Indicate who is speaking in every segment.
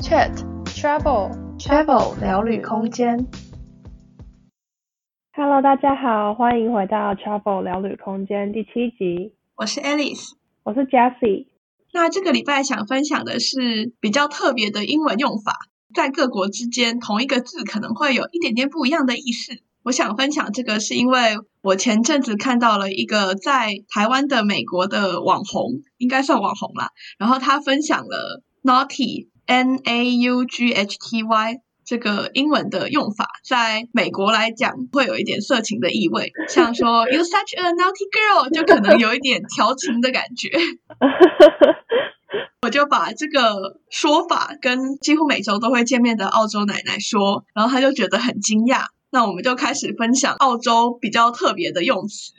Speaker 1: Chat Travel Travel 聊旅空间。
Speaker 2: Hello，大家好，欢迎回到 Travel 聊旅空间第七集，
Speaker 3: 我是 Alice。
Speaker 2: 我是 Jessie。
Speaker 3: 那这个礼拜想分享的是比较特别的英文用法，在各国之间同一个字可能会有一点点不一样的意思。我想分享这个是因为我前阵子看到了一个在台湾的美国的网红，应该算网红啦，然后他分享了 naughty n a u g h t y 这个英文的用法，在美国来讲会有一点色情的意味，像说 you such a naughty girl 就可能有一点调情的感觉。我就把这个说法跟几乎每周都会见面的澳洲奶奶说，然后她就觉得很惊讶。那我们就开始分享澳洲比较特别的用词，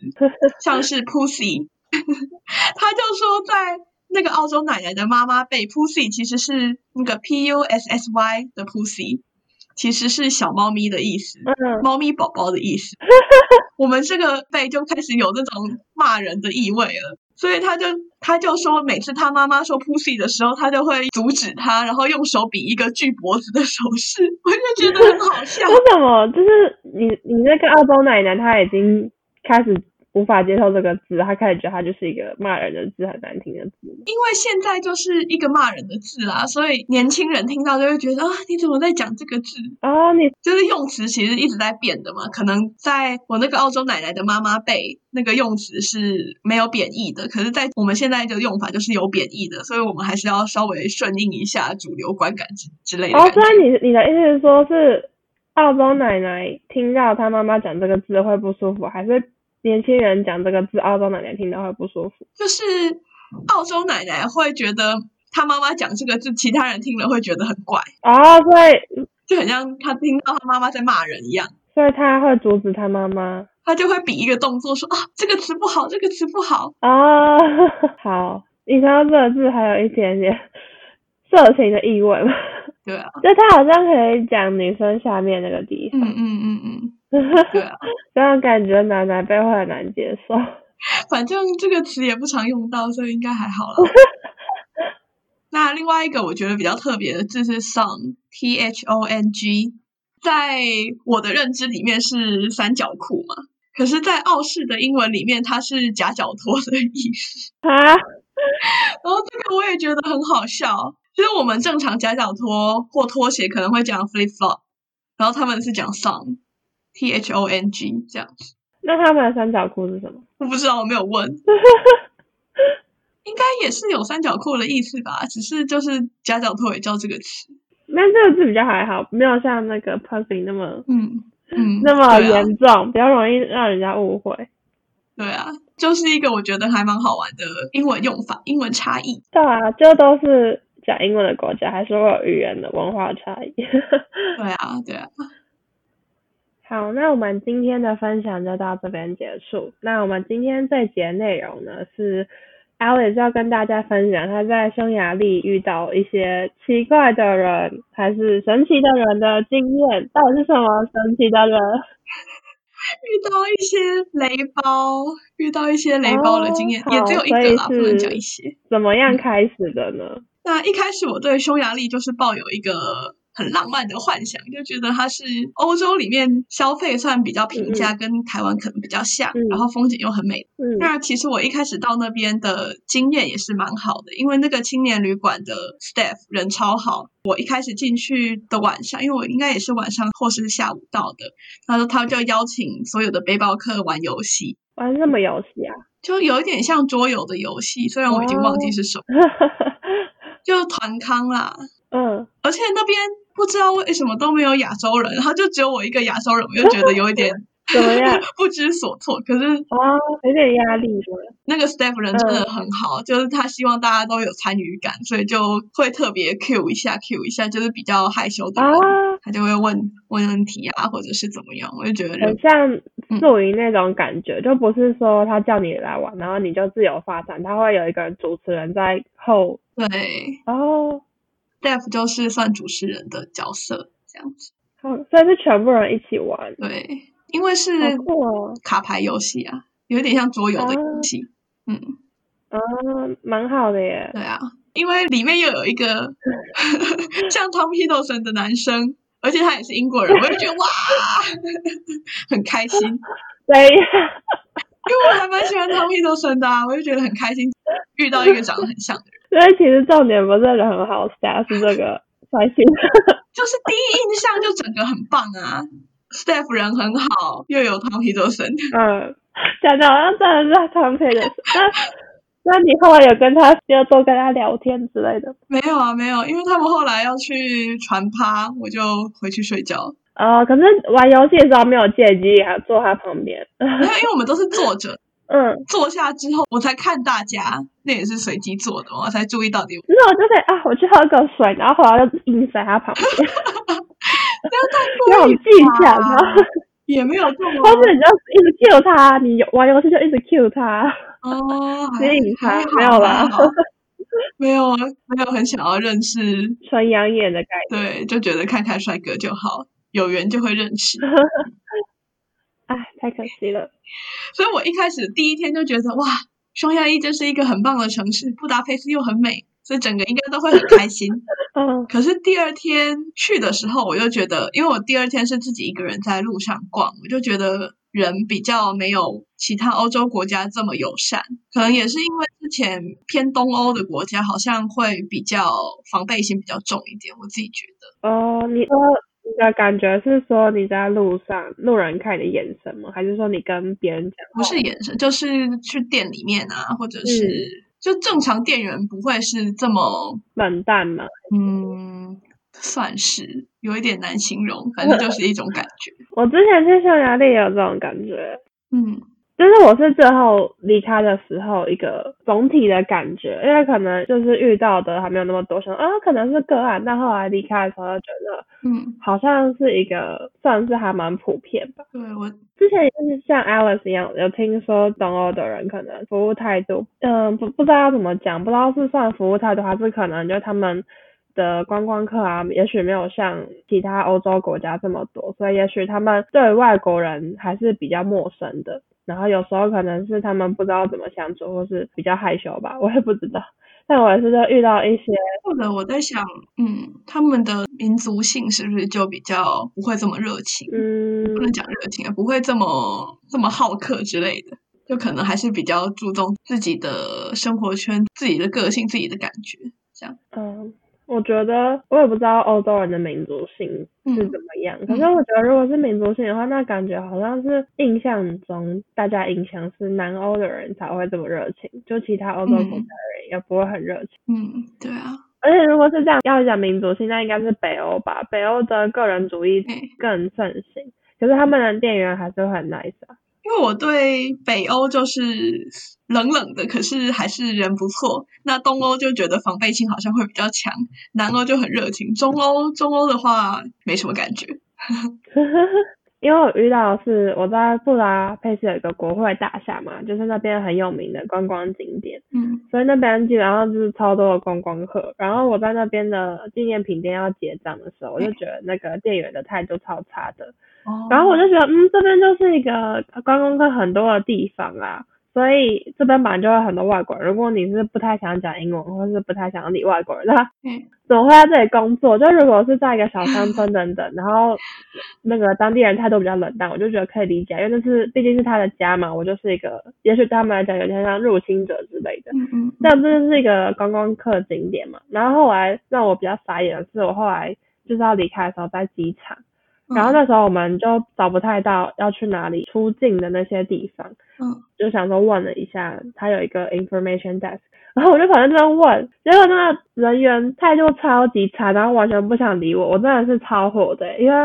Speaker 3: 像是 pussy。她就说，在那个澳洲奶奶的妈妈辈，pussy 其实是那个 p u s s y 的 pussy，其实是小猫咪的意思，
Speaker 2: 嗯，
Speaker 3: 猫咪宝宝的意思。我们这个辈就开始有那种骂人的意味了。所以他就他就说，每次他妈妈说 pussy 的时候，他就会阻止他，然后用手比一个锯脖子的手势，我就觉得很 好 笑。
Speaker 2: 为什么？就是你你那个澳洲奶奶，她已经开始无法接受这个字，她开始觉得它就是一个骂人的字，很难听的字。
Speaker 3: 因为现在就是一个骂人的字啊，所以年轻人听到就会觉得啊，你怎么在讲这个字？
Speaker 2: 哦，你
Speaker 3: 就是用词其实一直在变的嘛。可能在我那个澳洲奶奶的妈妈辈，那个用词是没有贬义的，可是，在我们现在的用法就是有贬义的，所以我们还是要稍微顺应一下主流观感之之类的
Speaker 2: 哦
Speaker 3: 感，觉。
Speaker 2: 所以你你的意思是说是澳洲奶奶听到她妈妈讲这个字会不舒服，还是年轻人讲这个字，澳洲奶奶听到会不舒服？
Speaker 3: 就是澳洲奶奶会觉得她妈妈讲这个字，其他人听了会觉得很怪，
Speaker 2: 哦，所以
Speaker 3: 就很像她听到她妈妈在骂人一样。
Speaker 2: 所以她会阻止她妈妈。
Speaker 3: 她就会比一个动作说啊，这个词不好，这个词不好。
Speaker 2: 哦， 好，你说到这个字还有一点点色情的意味吗？
Speaker 3: 对啊，
Speaker 2: 就他好像可以讲女生下面那个地
Speaker 3: 嗯
Speaker 2: 方，
Speaker 3: 嗯嗯嗯，对 啊，
Speaker 2: 这样感觉奶奶辈会很难接受。
Speaker 3: 反正这个词也不常用到，所以应该还好啦。那另外一个我觉得比较特别的字是 song，t h o n g，在我的认知里面是三角裤嘛，可是，在澳式的英文里面它是夹脚拖的意思。
Speaker 2: 啊，
Speaker 3: 然后这个我也觉得很好笑，就是我们正常夹脚拖或拖鞋可能会讲 flip flop，然后他们是讲 song，t h o n g 这样。
Speaker 2: 那他们的三角裤是什么？
Speaker 3: 我不知道，我没有问。应该也是有三角裤的意思吧，只是就是夹脚拖也叫这个词。
Speaker 2: 那这个字比较还好，没有像那个 pussy 那么
Speaker 3: 嗯嗯，
Speaker 2: 那么
Speaker 3: 对啊
Speaker 2: 严重，比较容易让人家误会。
Speaker 3: 对啊，就是一个我觉得还蛮好玩的英文用法，英文差异。
Speaker 2: 对啊，就都是讲英文的国家，还是会有语言的文化差异。
Speaker 3: 对啊，对啊，
Speaker 2: 好，那我们今天的分享就到这边结束。那我们今天这节内容呢是 Alex 要跟大家分享他在匈牙利遇到一些奇怪的人还是神奇的人的经验，到底是什么神奇的人？
Speaker 3: 遇到一些雷包，遇到一些雷包的经验，
Speaker 2: 哦
Speaker 3: 也只有一个啦，
Speaker 2: 好
Speaker 3: 不
Speaker 2: 所以是
Speaker 3: 能讲一些。
Speaker 2: 怎么样开始的呢？
Speaker 3: 那一开始我对匈牙利就是抱有一个很浪漫的幻想，就觉得它是欧洲里面消费算比较平价，跟台湾可能比较像，
Speaker 2: 嗯
Speaker 3: 然后风景又很美
Speaker 2: 嗯
Speaker 3: 那其实我一开始到那边的经验也是蛮好的，因为那个青年旅馆的 staff 人超好。我一开始进去的晚上，因为我应该也是晚上或是下午到的，然后他就邀请所有的背包客玩游戏，
Speaker 2: 玩什么游戏啊？
Speaker 3: 就有一点像桌游的游戏，虽然我已经
Speaker 2: 哦
Speaker 3: 忘记是什么，就团康啦。
Speaker 2: 嗯，
Speaker 3: 而且那边不知道为什么都没有亚洲人，然后就只有我一个亚洲人，我就觉得有一 点
Speaker 2: 怎么 样？
Speaker 3: 不知所措。可是
Speaker 2: 啊，有点压力吗？
Speaker 3: 那个 staff 人真
Speaker 2: 嗯
Speaker 3: 的很好，就是他希望大家都有参与感，所以就会特别 Q 一下 Q 一下，就是比较害羞的人，
Speaker 2: 啊，
Speaker 3: 他就会问问问题啊，或者是怎么样，我就觉得人
Speaker 2: 很像宿营那种感觉，就不是说他叫你来玩，然后你就自由发展，他会有一个主持人在后，
Speaker 3: 对
Speaker 2: 哦，
Speaker 3: staff 就是算主持人的角色这样子，
Speaker 2: 好，所以是全部人一起玩，
Speaker 3: 对，因为是
Speaker 2: 好酷哦，
Speaker 3: 卡牌游戏啊，有点像桌游的游戏，嗯，
Speaker 2: 啊，蛮好的耶，
Speaker 3: 对啊，因为里面又有一个像 Tom Hiddleston 的男生，而且他也是英国人，我就觉得哇，很开心，因
Speaker 2: 对，
Speaker 3: 为我还蛮喜欢 Tom Hiddleston 的、啊，我就觉得很开心，遇到一个长得很像的人，
Speaker 2: 所以其实重点不是人很好笑，是这个帅 气。
Speaker 3: 就是第一印象就整个很棒啊。Steph 人很好，又有 Tom Hiddleston，
Speaker 2: 嗯，讲的好像真的是汤配的。那那你后来有跟他有多跟他聊天之类的吗？
Speaker 3: 没有啊，没有，因为他们后来要去船趴，我就回去睡觉。
Speaker 2: 哦，可是玩游戏的时候没有借机还坐他旁边。
Speaker 3: 没有，因为我们都是坐着，
Speaker 2: 嗯，
Speaker 3: 坐下之后我才看大家，那也是随机做的嘛，我才注意到底。
Speaker 2: 那我就得啊，我去喝个水，然后后来就硬塞他旁边，
Speaker 3: 这
Speaker 2: 那
Speaker 3: 样太
Speaker 2: 种
Speaker 3: 过
Speaker 2: 技
Speaker 3: 分了
Speaker 2: 巧
Speaker 3: 吧
Speaker 2: 吗？
Speaker 3: 也没有这么
Speaker 2: 或是你就一直 Q 他，你玩游戏就一直 Q 他。
Speaker 3: 哦，
Speaker 2: 你
Speaker 3: 还
Speaker 2: 隐
Speaker 3: 还
Speaker 2: 藏
Speaker 3: 好
Speaker 2: 没有
Speaker 3: 还
Speaker 2: 啦
Speaker 3: 好没有啊没有很想要认识，
Speaker 2: 纯养眼的概念。
Speaker 3: 对，就觉得看看帅哥就好，有缘就会认识。
Speaker 2: 哎，太可惜了。
Speaker 3: 所以我一开始第一天就觉得哇，匈牙利真是一个很棒的城市，布达佩斯又很美，所以整个应该都会很开心。
Speaker 2: 嗯
Speaker 3: 可是第二天去的时候，我就觉得，因为我第二天是自己一个人在路上逛，我就觉得人比较没有其他欧洲国家这么友善。可能也是因为之前偏东欧的国家好像会比较防备心比较重一点，我自己觉得。
Speaker 2: 哦，你说你的感觉是说你在路上路人看你的眼神吗？还是说你跟别人讲？
Speaker 3: 不是眼神，就是去店里面啊，或者是、就正常店员不会是这么，
Speaker 2: 冷淡吗？
Speaker 3: 嗯，算是有一点难形容，反正就是一种感觉。
Speaker 2: 我之前去匈牙利也有这种感觉，
Speaker 3: 嗯，
Speaker 2: 就是我是最后离开的时候一个总体的感觉，因为可能就是遇到的还没有那么多，想啊可能是个案，但后来离开的时候就觉得
Speaker 3: 嗯，
Speaker 2: 好像是一个算是还蛮普遍吧。
Speaker 3: 对我
Speaker 2: 之前也是像 Alice 一样，有听说东欧的人可能服务态度，嗯，不不知道要怎么讲，不知道是算服务态度，还是可能就他们的观光客啊，也许没有像其他欧洲国家这么多，所以也许他们对外国人还是比较陌生的。然后有时候可能是他们不知道怎么相处，或是比较害羞吧， 我也不知道。但我也是就遇到一些，
Speaker 3: 或者我在想，嗯，他们的民族性是不是就比较不会这么热情？
Speaker 2: 嗯
Speaker 3: 不，能讲热情啊，不会这么这么好客之类的，就可能还是比较注重自己的生活圈、自己的个性、自己的感觉。
Speaker 2: 嗯，我觉得我也不知道欧洲人的民族性
Speaker 3: 嗯
Speaker 2: 是怎么样，可是我觉得如果是民族性的话，那感觉好像是印象中大家印象是南欧的人才会这么热情，就其他欧洲国家的
Speaker 3: 嗯
Speaker 2: 人也不会很热情。
Speaker 3: 嗯，对啊，
Speaker 2: 而且如果是这样，要讲民族性，那应该是北欧吧，北欧的个人主义
Speaker 3: 对
Speaker 2: 更盛行，可是他们的店员还是会很 nice 啊。
Speaker 3: 因为我对北欧就是冷冷的，可是还是人不错。那东欧就觉得防备心好像会比较强，南欧就很热情，中欧中欧的话没什么感觉。
Speaker 2: 因为我遇到的是我在布达佩斯有一个国会大厦嘛，就是那边很有名的观光景点。
Speaker 3: 嗯
Speaker 2: 所以那边基本上就是超多的观光客。然后我在那边的纪念品店要结账的时候，我就觉得那个店员的态度超差的。
Speaker 3: 哦
Speaker 2: 然后我就觉得，嗯，这边就是一个观光客很多的地方啊，所以这边本来就会很多外国人。如果你是不太想讲英文，或是不太想理外国人，那
Speaker 3: 嗯
Speaker 2: 怎么会在这里工作？就如果是在一个小乡村等等，然后那个当地人态度比较冷淡，我就觉得可以理解，因为那是毕竟是他的家嘛，我就是一个，也许对他们来讲有点像入侵者之类的。
Speaker 3: 嗯嗯，嗯
Speaker 2: 但这就是一个观光客景点嘛。然后后来让我比较傻眼的是，我后来就是要离开的时候在机场，
Speaker 3: 嗯
Speaker 2: 然后那时候我们就找不太到要去哪里出境的那些地方，
Speaker 3: 嗯，
Speaker 2: 就想说问了一下，他有一个 information desk，然后我就跑去那边问，结果那个人员态度超级差，然后完全不想理我，我真的是超火的，欸因为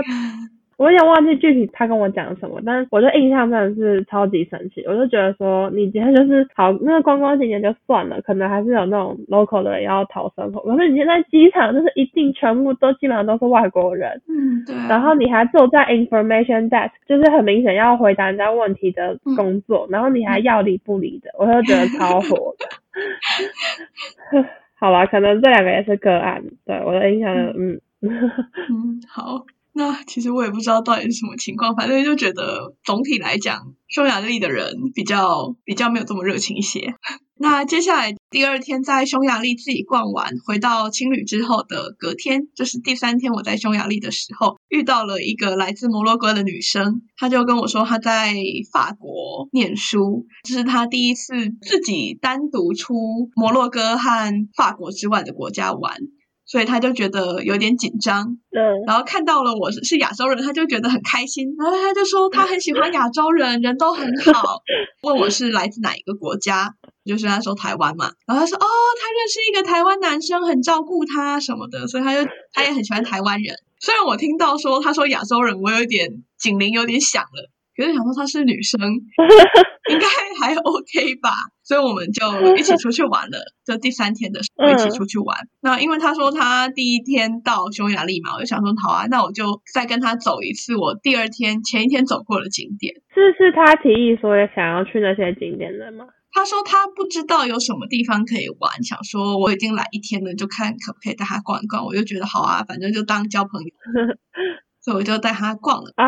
Speaker 2: 我有点忘记具体他跟我讲什么，但是我就印象真的是超级神奇。我就觉得说，你今天就是好那个观光景点就算了，可能还是有那种 local 的人要讨生活。可是你现在机场就是一定全部都基本上都是外国人，
Speaker 3: 嗯对啊，
Speaker 2: 然后你还坐在 information desk，就是很明显要回答人家问题的工作，然后你还要理不理的，我就觉得超火的。 好啦，可能这两个也是个案，对我的印象就嗯。
Speaker 3: 嗯，好，那其实我也不知道到底是什么情况，反正就觉得总体来讲，匈牙利的人比较比较没有这么热情一些。 那接下来第二天在匈牙利自己逛完，回到青旅之后的隔天，就是第三天我在匈牙利的时候，遇到了一个来自摩洛哥的女生，她就跟我说她在法国念书，这是她第一次自己单独出摩洛哥和法国之外的国家玩，所以她就觉得有点紧张，
Speaker 2: 嗯，
Speaker 3: 然后看到了我是是亚洲人，他就觉得很开心，然后他就说他很喜欢亚洲人，人都很好， 问我是来自哪一个国家，我就是他说台湾嘛，然后他说哦，他认识一个台湾男生，很照顾他什么的，所以他就他也很喜欢台湾人。虽然我听到说他说亚洲人，我有一点警铃有点响了，可是想说她是女生，应该还 OK 吧，所以我们就一起出去玩了。就第三天的时候一起出去玩。那因为他说他第一天到匈牙利嘛，我就想说好啊，那我就再跟他走一次我第二天前一天走过的景点。
Speaker 2: 是是他提议说想要去那些景点的吗？
Speaker 3: 他说他不知道有什么地方可以玩，想说我已经来一天了，就看可不可以带他逛一逛。我就觉得好啊，反正就当交朋友，所以我就带他逛了，
Speaker 2: 啊，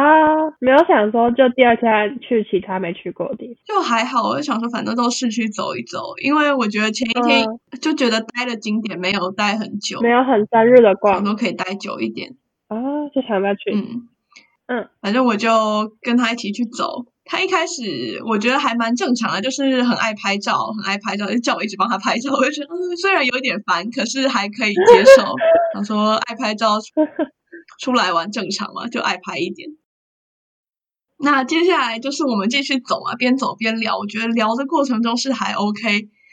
Speaker 2: 没有想说就第二天去其他没去过的地
Speaker 3: 就还好。我就想说反正到市区走一走，因为我觉得前一天就觉得待的景点没有待很久
Speaker 2: 嗯方，，没有很深入的
Speaker 3: 想
Speaker 2: 逛
Speaker 3: 说可以待久一点。
Speaker 2: 啊，就想再去。
Speaker 3: 嗯
Speaker 2: 嗯，
Speaker 3: 反正我就跟他一起去走。他一开始我觉得还蛮正常的，就是很爱拍照，很爱拍照，就叫我一直帮他拍照。 我就觉得，嗯，虽然有点烦，可是还可以接 受。想说爱拍照，出来玩正常嘛，就爱拍一点。那接下来就是我们继续走啊，边走边聊。我觉得聊的过程中是还 OK，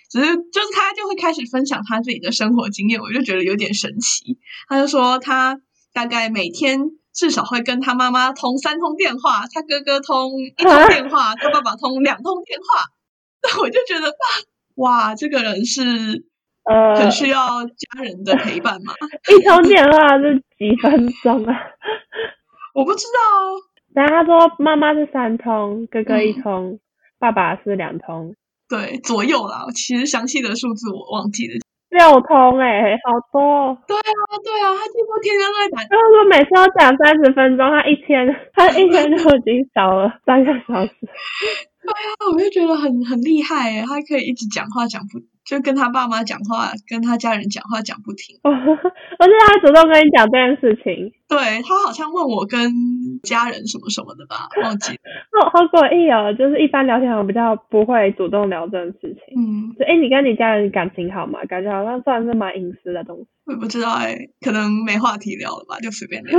Speaker 3: 只是就是他就会开始分享他自己的生活经验，我就觉得有点神奇。他就说他大概每天至少会跟他妈妈通三通电话，他哥哥通一通电话，他爸爸通两通电话。 那我就觉得哇，这个人是
Speaker 2: 呃，
Speaker 3: 很需要家人的陪伴嘛？
Speaker 2: 一通电话是几分钟啊？
Speaker 3: 我不知道啊，
Speaker 2: 然后他说妈妈是三通，哥哥
Speaker 3: 嗯
Speaker 2: 一通，爸爸是两通，
Speaker 3: 对左右啦，其实详细的数字我忘记了。
Speaker 2: 六通哎、好多、哦。
Speaker 3: 啊，对啊，他几乎天天都在打
Speaker 2: 他说每次要讲三十分钟，他一天他一天就已经少了三个小时。
Speaker 3: 啊，我就觉得很很厉害诶，他可以一直讲话讲不，就跟他爸妈讲话，跟他家人讲话讲不停。
Speaker 2: 我是他主动跟你讲这件事情，
Speaker 3: 对他好像问我跟家人什么什么的吧，忘记了。
Speaker 2: 好好诡异哦。就是一般聊天我比较不会主动聊这件事情。
Speaker 3: 嗯，
Speaker 2: 就哎、诶你跟你家人感情好吗？感觉好像算是蛮隐私的东西。
Speaker 3: 我也不知道诶，可能没话题聊了吧，就随便聊。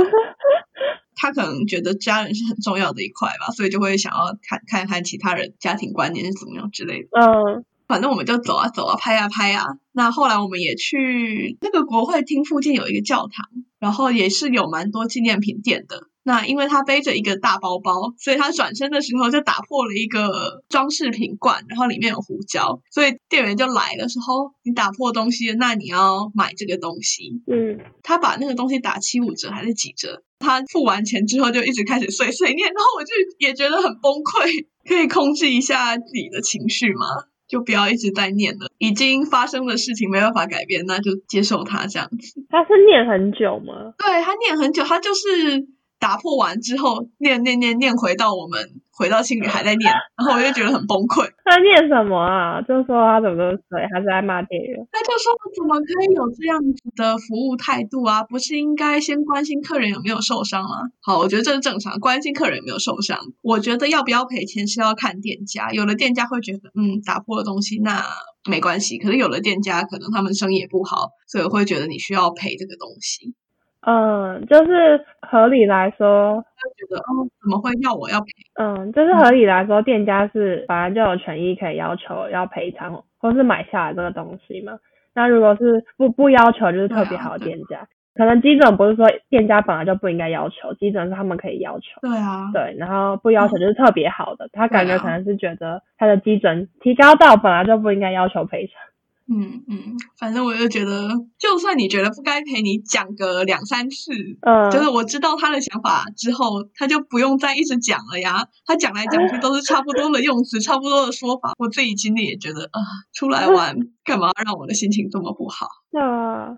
Speaker 3: 他可能觉得家人是很重要的一块吧，所以就会想要看看看其他人家庭观念是怎么样之类的。
Speaker 2: 嗯，
Speaker 3: 反正我们就走啊走啊，拍啊拍啊。那后来我们也去那个国会厅附近有一个教堂，然后也是有蛮多纪念品店的。那因为他背着一个大包包，所以他转身的时候就打破了一个装饰品罐，然后里面有胡椒，所以店员就来的时候，你打破东西了，那你要买这个东西。
Speaker 2: 嗯，
Speaker 3: 他把那个东西打七五折还是几折？他付完钱之后就一直开始碎碎念，然后我就也觉得很崩溃。 可以控制一下自己的情绪吗？就不要一直在念了，已经发生的事情没办法改变，那就接受它这样子。
Speaker 2: 他是念很久吗？
Speaker 3: 对他念很久，他就是打破完之后念念念念回到我们回到青旅还在念，然后我就觉得很崩溃。
Speaker 2: 他念什么啊？就说他怎么都水，他是在骂店员。
Speaker 3: 他就说怎么可以有这样子的服务态度啊？不是应该先关心客人有没有受伤吗？好，我觉得这是正常，关心客人有没有受伤。我觉得要不要赔钱是要看店家，有的店家会觉得嗯打破了东西那没关系，可是有的店家可能他们生意也不好，所以会觉得你需要赔这个东西。
Speaker 2: 嗯，就是合理来说，
Speaker 3: 他就觉得哦怎么会要我要赔？
Speaker 2: 嗯，就是合理来说，店家是本来就有权益可以要求要赔偿或是买下来这个东西嘛。那如果是不不要求，就是特别
Speaker 3: 嗯
Speaker 2: 好的店家，可能基准不是说店家本来就不应该要求，基准是他们可以要求。
Speaker 3: 对啊，
Speaker 2: 对，然后不要求就是特别好的，他感
Speaker 3: 对
Speaker 2: 觉
Speaker 3: 啊
Speaker 2: 可能是觉得他的基准提高到本来就不应该要求赔偿。
Speaker 3: 嗯嗯，反正我就觉得，就算你觉得不该赔，你讲个两三次，
Speaker 2: 嗯，
Speaker 3: 就是我知道他的想法之后，他就不用再一直讲了呀。他讲来讲去都是差不多的用词，差不多的说法。我自己心里也觉得啊、出 来玩干嘛让我的心情这么不好？
Speaker 2: 那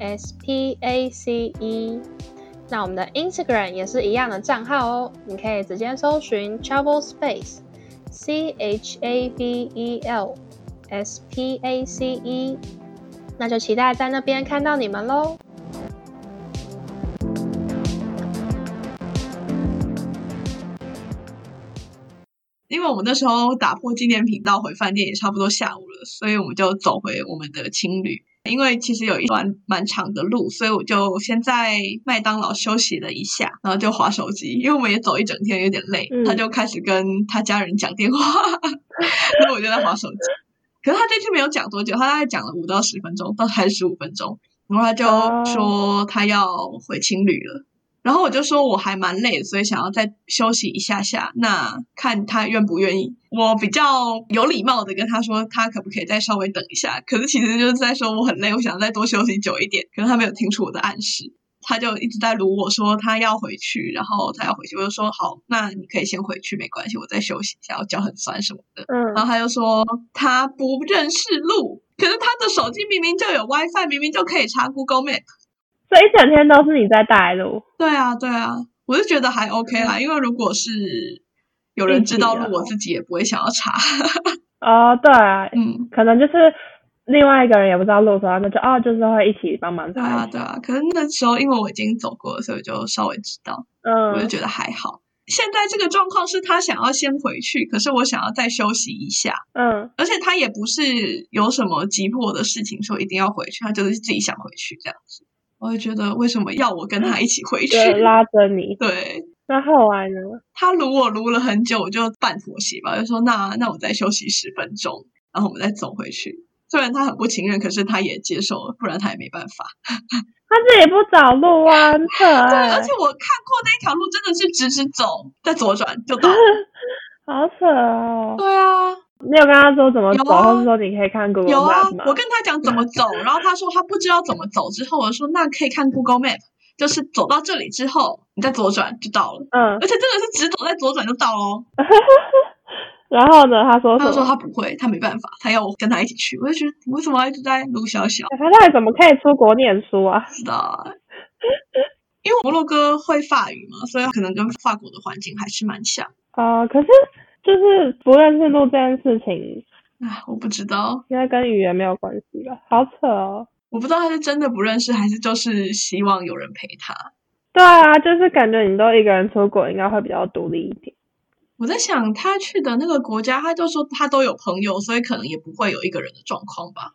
Speaker 4: s p a c e。那我们的 Instagram 也是一样的账号哦，你可以直接搜寻 Travel Space C H A V E L S P A C E，那就期待在那边看到你们喽。
Speaker 3: 因为我们那时候打破纪念频道回饭店也差不多下午了，所以我们就走回我们的青旅。因为其实有一段蛮长的路，所以我就先在麦当劳休息了一下，然后就划手机，因为我们也走一整天，有点累。
Speaker 2: 嗯
Speaker 3: 他就开始跟他家人讲电话， 然后我就在划手机。可是他这次没有讲多久，他大概讲了五到十分钟，到还是十五分钟，然后他就
Speaker 2: 哦
Speaker 3: 说他要回青旅了。然后我就说我还蛮累的，所以想要再休息一下下，那看他愿不愿意。我比较有礼貌的跟他说，他可不可以再稍微等一下？可是其实就是在说我很累，我想再多休息久一点。可是他没有听出我的暗示，他就一直在撸我说他要回去，然后他要回去，我就说好，那你可以先回去，没关系，我再休息一下，我脚很酸什么的。
Speaker 2: 嗯
Speaker 3: 然后他就说他不认识路，可是他的手机明明就有 WiFi，明明就可以查 Google Map。
Speaker 2: 所以一整天都是你在带路，
Speaker 3: 对啊，对啊，我就觉得还 OK 啦，因为如果是有人知
Speaker 2: 一
Speaker 3: 道
Speaker 2: 起
Speaker 3: 路，
Speaker 2: 的
Speaker 3: 我自己也不会想要查。
Speaker 2: 哦，对啊，
Speaker 3: 嗯，
Speaker 2: 可能就是另外一个人也不知道路的时候，那就哦，就是会一起帮忙
Speaker 3: 对
Speaker 2: 带。
Speaker 3: 啊，对啊。可是那时候因为我已经走过了，所以我就稍微知道，我就
Speaker 2: 嗯，
Speaker 3: 觉得还好。现在这个状况是他想要先回去，可是我想要再休息一下，
Speaker 2: 嗯
Speaker 3: 而且他也不是有什么急迫的事情说一定要回去，他就是自己想回去这样子。我就觉得为什么要我跟他一起回去？
Speaker 2: 就 拉着你。
Speaker 3: 对，
Speaker 2: 那后来呢？
Speaker 3: 他撸我撸了很久，我就半妥协吧，我就说那那我再休息十分钟，然后我们再走回去。虽然他很不情愿，可是他也接受了，不然他也没办法。
Speaker 2: 他自己不找路啊，很可
Speaker 3: 对，
Speaker 2: 爱，
Speaker 3: 而且我看过那条路真的是直直走，再左转就到了。
Speaker 2: 好扯哦。
Speaker 3: 对啊，
Speaker 2: 你有跟他说怎么
Speaker 3: 有
Speaker 2: 走，
Speaker 3: 啊
Speaker 2: 或者说你可以看 Google
Speaker 3: 有啊嗯
Speaker 2: Map 吗？，
Speaker 3: 我跟他讲怎么走，然后他说他不知道怎么走，之后我说那可以看 Google Map，就是走到这里之后你再左转就到了，
Speaker 2: 嗯，
Speaker 3: 而且真的是直走再左转就到喽。
Speaker 2: 然后呢？他说什
Speaker 3: 他
Speaker 2: 么？
Speaker 3: 就说他不会，他没办法，他要我跟他一起去，我就觉得你为什么要一直在撸小小？
Speaker 2: 他到底怎么可以出国念书啊？
Speaker 3: 知道啊，因为摩洛哥会法语嘛，所以可能跟法国的环境还是蛮像。
Speaker 2: 呃，可是就是不认识路这件事情，
Speaker 3: 唉，我不知道，
Speaker 2: 应该跟语言没有关系吧？好扯哦。
Speaker 3: 我不知道他是真的不认识，还是就是希望有人陪他。
Speaker 2: 对啊，就是感觉你都一个人出国，应该会比较独立一点。
Speaker 3: 我在想，他去的那个国家，他就说他都有朋友，所以可能也不会有一个人的状况吧。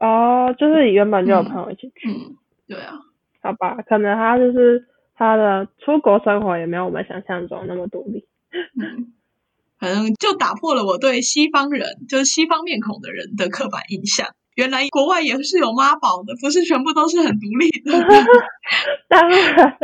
Speaker 2: 哦，就是原本就有
Speaker 3: 嗯
Speaker 2: 朋友一起去，
Speaker 3: 嗯，对啊，
Speaker 2: 好吧？可能他就是他的出国生活也没有我们想象中那么独立。
Speaker 3: 嗯，反正就打破了我对西方人，就是西方面孔的人的刻板印象。原来国外也是有妈宝的，不是全部都是很独立的。
Speaker 2: 当然，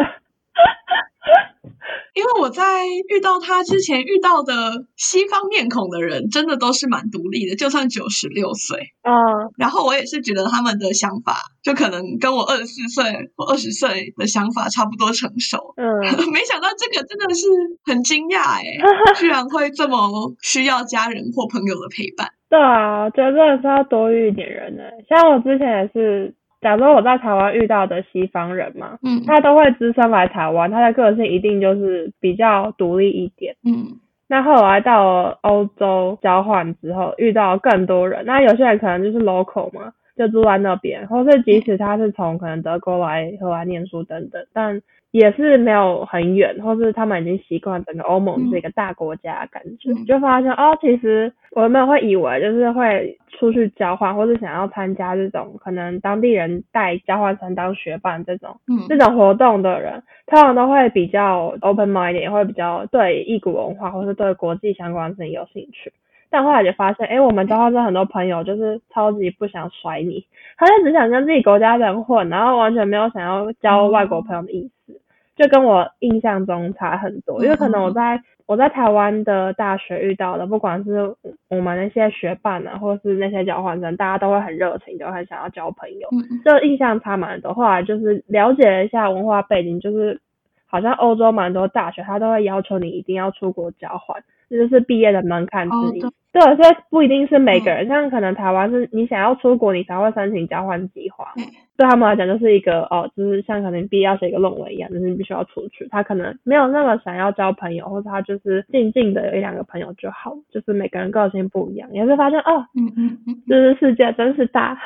Speaker 3: 因为我在遇到他之前遇到的西方面孔的人，真的都是蛮独立的，就算九十六岁。
Speaker 2: 嗯，
Speaker 3: 然后我也是觉得他们的想法，就可能跟我二十四岁或二十岁的想法差不多成熟。
Speaker 2: 嗯，
Speaker 3: 没想到这个真的是很惊讶哎，居然会这么需要家人或朋友的陪伴。
Speaker 2: 对啊，我觉得真的是要多遇一点人呢、像我之前也是，假如我在台湾遇到的西方人嘛，
Speaker 3: 嗯
Speaker 2: 他都会只身来台湾，他的个性一定就是比较独立一点。
Speaker 3: 嗯
Speaker 2: 那后来到了欧洲交换之后，遇到更多人，那有些人可能就是 local 嘛，就住在那边，或是即使他是从可能德国来荷兰念书等等，但也是没有很远，或是他们已经习惯整个欧盟是一个大国家的感觉，
Speaker 3: 嗯
Speaker 2: 就发现哦，其实我们会以为就是会出去交换，或是想要参加这种可能当地人带交换生当学伴这种
Speaker 3: 嗯
Speaker 2: 这种活动的人，通常都会比较 open mind，也会比较对异国文化或是对国际相关的事情有兴趣。但后来就发现，哎，我们交换生很多朋友就是超级不想甩你，他就只想跟自己国家人混，然后完全没有想要交外国朋友的意思，就跟我印象中差很多。因为可能我在我在台湾的大学遇到的，不管是我们那些学伴啊，或是那些交换生，大家都会很热情，都很想要交朋友，
Speaker 3: 嗯
Speaker 2: 就印象差蛮多。后来就是了解了一下文化背景，就是好像欧洲蛮多大学，他都会要求你一定要出国交换，这就是毕业的门槛
Speaker 3: 哦
Speaker 2: 之一。
Speaker 3: 对嗯
Speaker 2: 对，所以不一定是每个人，像可能台湾是你想要出国，你才会申请交换计划
Speaker 3: 对。
Speaker 2: 对他们来讲，就是一个哦，就是像可能毕业要写一个论文一样，就是你必须要出去。他可能没有那么想要交朋友，或者他就是静静的有一两个朋友就好。就是每个人个性不一样，也是发现哦，
Speaker 3: 嗯嗯嗯
Speaker 2: 这是世界真是大，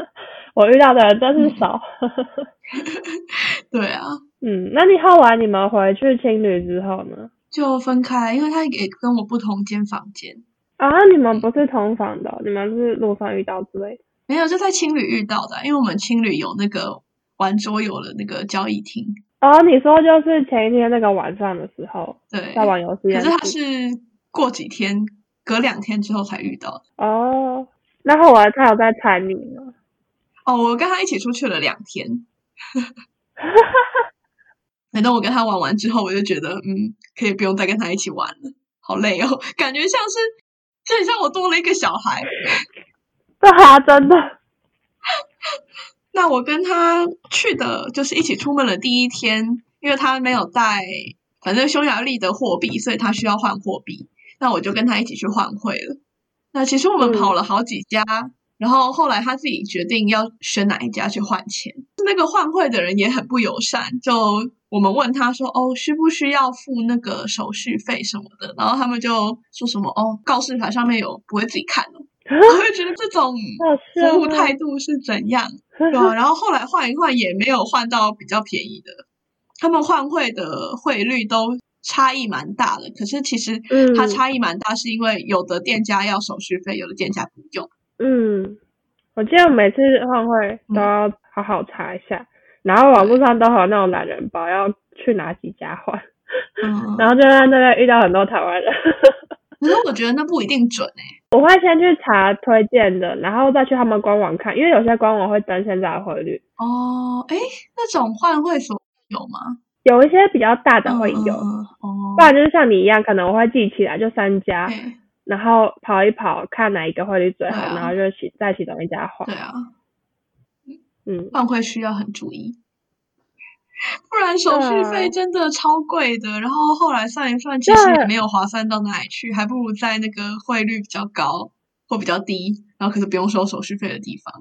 Speaker 2: 我遇到的人真是少。
Speaker 3: 嗯，对啊，
Speaker 2: 嗯，那你后来你们回去青旅之后呢？
Speaker 3: 就分开了，因为他也跟我不同间房间，
Speaker 2: 啊，你们不是同房的哦，你们是路上遇到之类的。
Speaker 3: 没有就在青旅遇到的啊，因为我们青旅有那个玩桌游的那个交易厅，
Speaker 2: 哦，你说就是前一天那个晚上的时候
Speaker 3: 对，
Speaker 2: 在玩游戏
Speaker 3: 可
Speaker 2: 认识，
Speaker 3: 是他是过几天，隔两天之后才遇到的。
Speaker 2: 哦，那后来他有在缠你吗？
Speaker 3: 哦，我跟他一起出去了两天。反正我跟他玩完之后，我就觉得，嗯，可以不用再跟他一起玩了，好累哦，感觉像是，就很像我多了一个小孩。
Speaker 2: 对啊，真的，
Speaker 3: 哦那我跟他去的就是一起出门的第一天，因为他没有带，反正匈牙利的货币，所以他需要换货币。那我就跟他一起去换汇了。那其实我们
Speaker 2: 嗯
Speaker 3: 跑了好几家，然后后来他自己决定要选哪一家去换钱。那个换汇的人也很不友善，就我们问他说：“哦，需不需要付那个手续费什么的？”然后他们就说什么：“哦，告示牌上面有，不会自己看哦。” 我就觉得这种
Speaker 2: 好笑
Speaker 3: 服务
Speaker 2: 哦
Speaker 3: 态度是怎样？对 啊，然后后来换一换也没有换到比较便宜的，他们换汇的汇率都差异蛮大的。可是其实它
Speaker 2: 嗯
Speaker 3: 差异蛮大，是因为有的店家要手续费，有的店家不用。
Speaker 2: 嗯，我记得每次换会都
Speaker 3: 嗯
Speaker 2: 要好好查一下，然后网络上都会有那种懒人包，要去哪几家换，
Speaker 3: 嗯，
Speaker 2: 然后就在那边遇到很多台湾人。
Speaker 3: 可是我觉得那不一定准哎、
Speaker 2: 我会先去查推荐的，然后再去他们官网看，因为有些官网会登现在的汇率，
Speaker 3: 哦，哎，那种换汇所有吗？
Speaker 2: 有一些比较大的会
Speaker 3: 嗯
Speaker 2: 有，
Speaker 3: 嗯嗯哦
Speaker 2: 不，然就是像你一样，可能我会记起来就三家，
Speaker 3: 哎，
Speaker 2: 然后跑一跑，看哪一个汇率最好，
Speaker 3: 对啊
Speaker 2: 然后就其在其中一家换
Speaker 3: 对。啊，
Speaker 2: 嗯，
Speaker 3: 换汇需要很注意，不然手续
Speaker 2: 对
Speaker 3: 费真的超贵的。然后后来算一算，其实也
Speaker 2: 对
Speaker 3: 没有划算到哪里去，还不如在那个汇率比较高或比较低，然后可是不用收手续费的地方。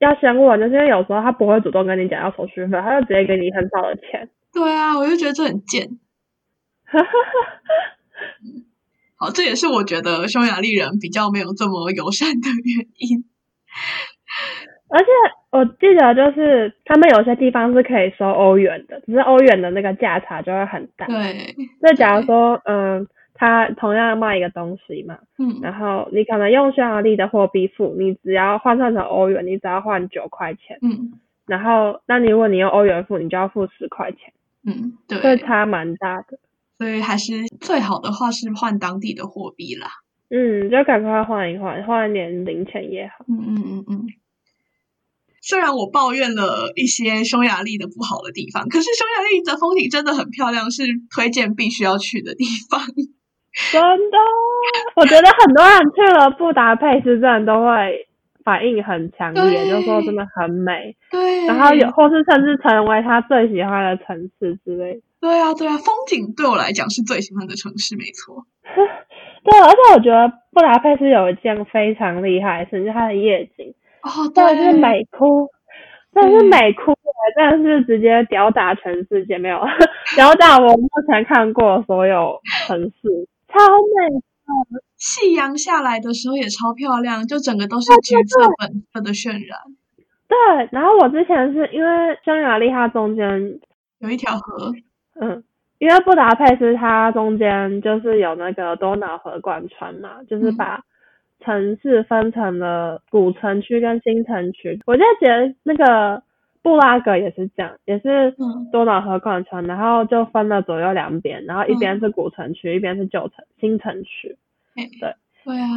Speaker 2: 要先问，就是因为有时候他不会主动跟你讲要手续费，他就直接给你很少的钱。
Speaker 3: 对啊，我就觉得这很 贱。好，这也是我觉得匈牙利人比较没有这么友善的原因。
Speaker 2: 而且我记得就是他们有些地方是可以收欧元的，只是欧元的那个价差就会很大。
Speaker 3: 对，
Speaker 2: 那假如说，嗯，他同样卖一个东西嘛，
Speaker 3: 嗯，
Speaker 2: 然后你可能用匈牙利的货币付，你只要换算成欧元，你只要换九块钱。
Speaker 3: 嗯
Speaker 2: 然后，那你如果你用欧元付，你就要付十块钱，
Speaker 3: 嗯，
Speaker 2: 所以
Speaker 3: 对，
Speaker 2: 差蛮大的。
Speaker 3: 所以还是最好的话是换当地的货币啦。
Speaker 2: 嗯，就赶快换一换，换一点零钱也好。
Speaker 3: 嗯嗯嗯嗯。虽然我抱怨了一些匈牙利的不好的地方，可是匈牙利的风景真的很漂亮，是推荐必须要去的地方。
Speaker 2: 真的，我觉得很多人去了布达佩斯，真的都会反应很强烈，
Speaker 3: 对
Speaker 2: 就说真的很美，
Speaker 3: 对，
Speaker 2: 然后有或是甚至成为他最喜欢的城市之类的。
Speaker 3: 对啊对啊，风景对我来讲是最喜欢的城市，没错。
Speaker 2: 对，而且我觉得布达佩斯有一件非常厉害的事，就是它的夜景，
Speaker 3: 哦，
Speaker 2: 真
Speaker 3: 对，
Speaker 2: 的是美哭，真的是
Speaker 3: 嗯
Speaker 2: 美哭耶，真的是直接吊打全世界，没有吊打我目前看过的所有城市，超美。
Speaker 3: 夕阳下来的时候也超漂亮，就整个都是橘色、粉色的渲染，
Speaker 2: 对，然后我之前是因为匈牙利它中间，
Speaker 3: 有一条河。
Speaker 2: 嗯，因为布达佩斯它中间就是有那个多瑙河贯穿嘛，就是
Speaker 3: 嗯
Speaker 2: 把城市分成了古城区跟新城区。我就觉得那个布拉格也是这样，也是
Speaker 3: 嗯
Speaker 2: 多瑙河贯穿，然后就分了左右两边，然后一边
Speaker 3: 嗯
Speaker 2: 是古城区，一边是旧城新城区。
Speaker 3: 哎
Speaker 2: 对，
Speaker 3: 对啊，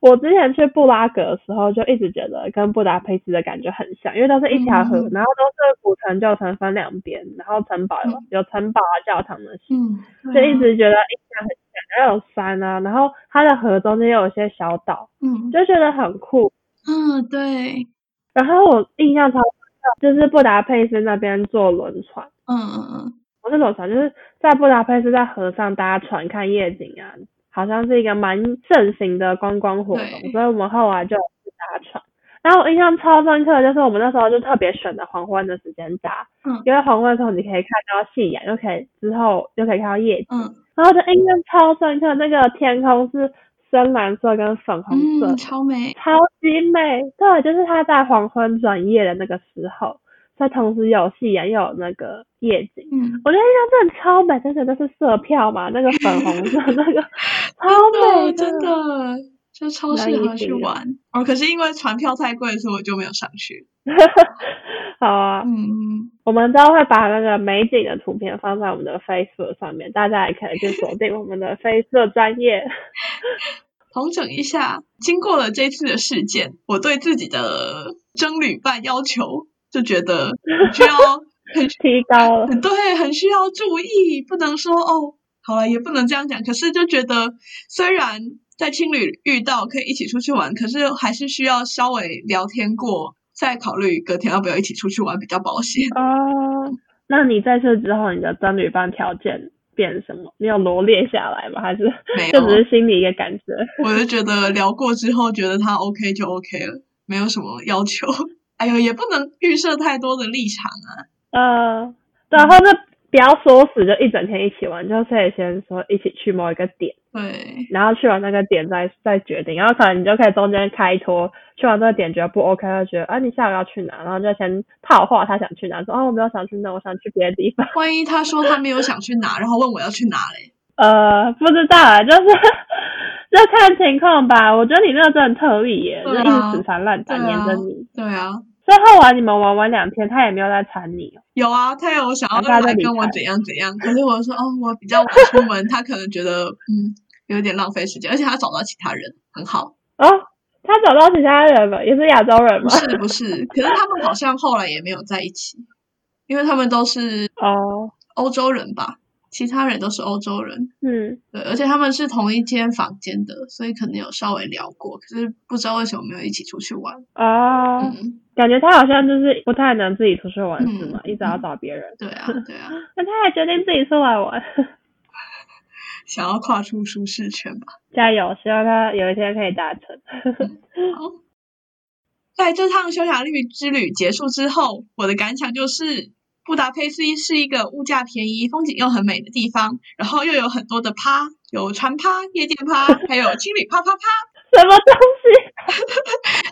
Speaker 2: 我之前去布拉格的时候，就一直觉得跟布达佩斯的感觉很像，因为都是一条河，
Speaker 3: 嗯
Speaker 2: 然后都是古城旧城分两边，然后城堡有、有城堡啊、教堂那些，
Speaker 3: 嗯，
Speaker 2: 就
Speaker 3: 对啊
Speaker 2: 一直觉得哎印象很像。然后有山啊，然后它的河中间又有一些小岛，
Speaker 3: 嗯
Speaker 2: 就觉得很酷。
Speaker 3: 嗯，对，
Speaker 2: 然后我印象超深刻就是布达佩斯那边坐轮船，
Speaker 3: 嗯嗯嗯，
Speaker 2: 不是轮船，就是在布达佩斯在河上搭船看夜景啊，好像是一个蛮盛行的观光活
Speaker 3: 对
Speaker 2: 动，所以我们后来就有去搭船。然后我印象超深刻，就是我们那时候就特别选的黄昏的时间搭，
Speaker 3: 嗯
Speaker 2: 因为黄昏的时候你可以看到夕阳，又可以之后又可以看到夜景，
Speaker 3: 嗯
Speaker 2: 然后就印象超深刻，那个天空是深蓝色跟粉红色的，
Speaker 3: 嗯，超美，
Speaker 2: 超级美，对，就是它在黄昏转夜的那个时候，它同时有夕阳又有那个夜景。
Speaker 3: 嗯，
Speaker 2: 我觉得印象真的超美，真的就是色票嘛，那个粉红 色那个超美
Speaker 3: 对，真的，就超
Speaker 2: 难
Speaker 3: 适
Speaker 2: 以
Speaker 3: 合去
Speaker 2: 形容
Speaker 3: 玩。哦，可是因为船票太贵，所以我就没有上去。
Speaker 2: 好啊，
Speaker 3: 嗯，
Speaker 2: 我们都会把那个美景的图片放在我们的 Facebook 上面，大家也可以去锁定我们的 Facebook 专业。
Speaker 3: 统整一下，经过了这次的事件，我对自己的征旅伴要求就觉得需要 很
Speaker 2: 提高了，
Speaker 3: 很对，很需要注意，不能说哦，好了，也不能这样讲。可是就觉得，虽然在青旅遇到可以一起出去玩，可是还是需要稍微聊天过，再考虑隔天要不要一起出去玩比较保险。
Speaker 2: 哦，那你这次之后，你的真旅伴条件变什么？你有罗列下来吗？还是
Speaker 3: 没
Speaker 2: 就
Speaker 3: 有，
Speaker 2: 只是心里一个感觉？
Speaker 3: 我就觉得聊过之后，觉得他 OK 就 OK 了，没有什么要求。 哎呦，也不能预设太多的立场啊。
Speaker 2: 呃，对，或者不要说死，就一整天一起玩，就可以先说一起去某一个点，
Speaker 3: 对，
Speaker 2: 然后去完那个点再再决定，然后可能你就可以中间开脱，去完这个点觉得不 OK，就觉得啊你下午要去哪，然后就先套话他想去哪，说哦我没有想去那，我想去别的地方，
Speaker 3: 万一他说他没有想去哪，然后问我要去哪嘞？
Speaker 2: 呃不知道啊，就是就看情况吧，我觉得你那个真的特例耶，就
Speaker 3: 对啊
Speaker 2: 一直死缠烂打
Speaker 3: 对啊
Speaker 2: 黏着你，
Speaker 3: 对啊，
Speaker 2: 所以后来你们玩完两天，他也没有再缠你哦，
Speaker 3: 有啊，他有想要
Speaker 2: 大家都
Speaker 3: 来
Speaker 2: 离
Speaker 3: 跟我
Speaker 2: 开
Speaker 3: 怎样怎样，可是我说哦，我比较晚出门，他可能觉得嗯有点浪费时间，而且他找到其他人很好，
Speaker 2: 哦他找到其他人了，也是亚洲人
Speaker 3: 不
Speaker 2: 吗？
Speaker 3: 是不是，可是他们好像后来也没有在一起，因为他们都是
Speaker 2: 哦，
Speaker 3: 欧洲人吧，其他人都是欧洲人，
Speaker 2: 嗯。
Speaker 3: 对，而且他们是同一间房间的，所以可能有稍微聊过，可是不知道为什么没有一起出去玩，
Speaker 2: 啊、
Speaker 3: 嗯，
Speaker 2: 感觉他好像就是不太能自己出去玩，
Speaker 3: 嗯
Speaker 2: 是吗？一直要找别人，
Speaker 3: 对啊对啊，
Speaker 2: 那他还决定自己出来玩，
Speaker 3: 想要跨出舒适圈吧。
Speaker 2: 加油！希望他有一天可以达成。
Speaker 3: 好，在这趟匈牙利之旅结束之后，我的感想就是，布达佩斯是一个物价便宜、风景又很美的地方，然后又有很多的趴，有船趴、夜店趴，还有情侣啪啪啪。
Speaker 2: 什么东西？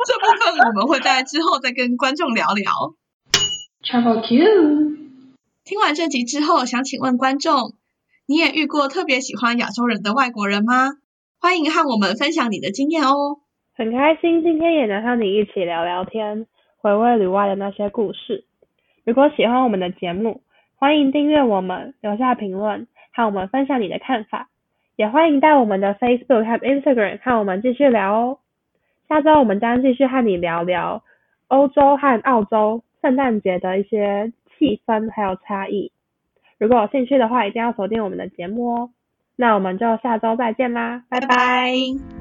Speaker 3: 这部分我们会在之后再跟观众聊聊。
Speaker 1: Travel Q，
Speaker 3: 听完这集之后，想请问观众，你也遇过特别喜欢亚洲人的外国人吗？欢迎和我们分享你的经验哦。
Speaker 2: 很开心今天也能和你一起聊聊天，回味旅外的那些故事。如果喜欢我们的节目，欢迎订阅我们，留下评论，和我们分享你的看法。也欢迎到我们的 Facebook 和 Instagram 和我们继续聊哦。下周我们将继续和你聊聊欧洲和澳洲圣诞节的一些气氛还有差异。如果有兴趣的话，一定要锁定我们的节目哦。那我们就下周再见啦，拜拜。
Speaker 3: 拜拜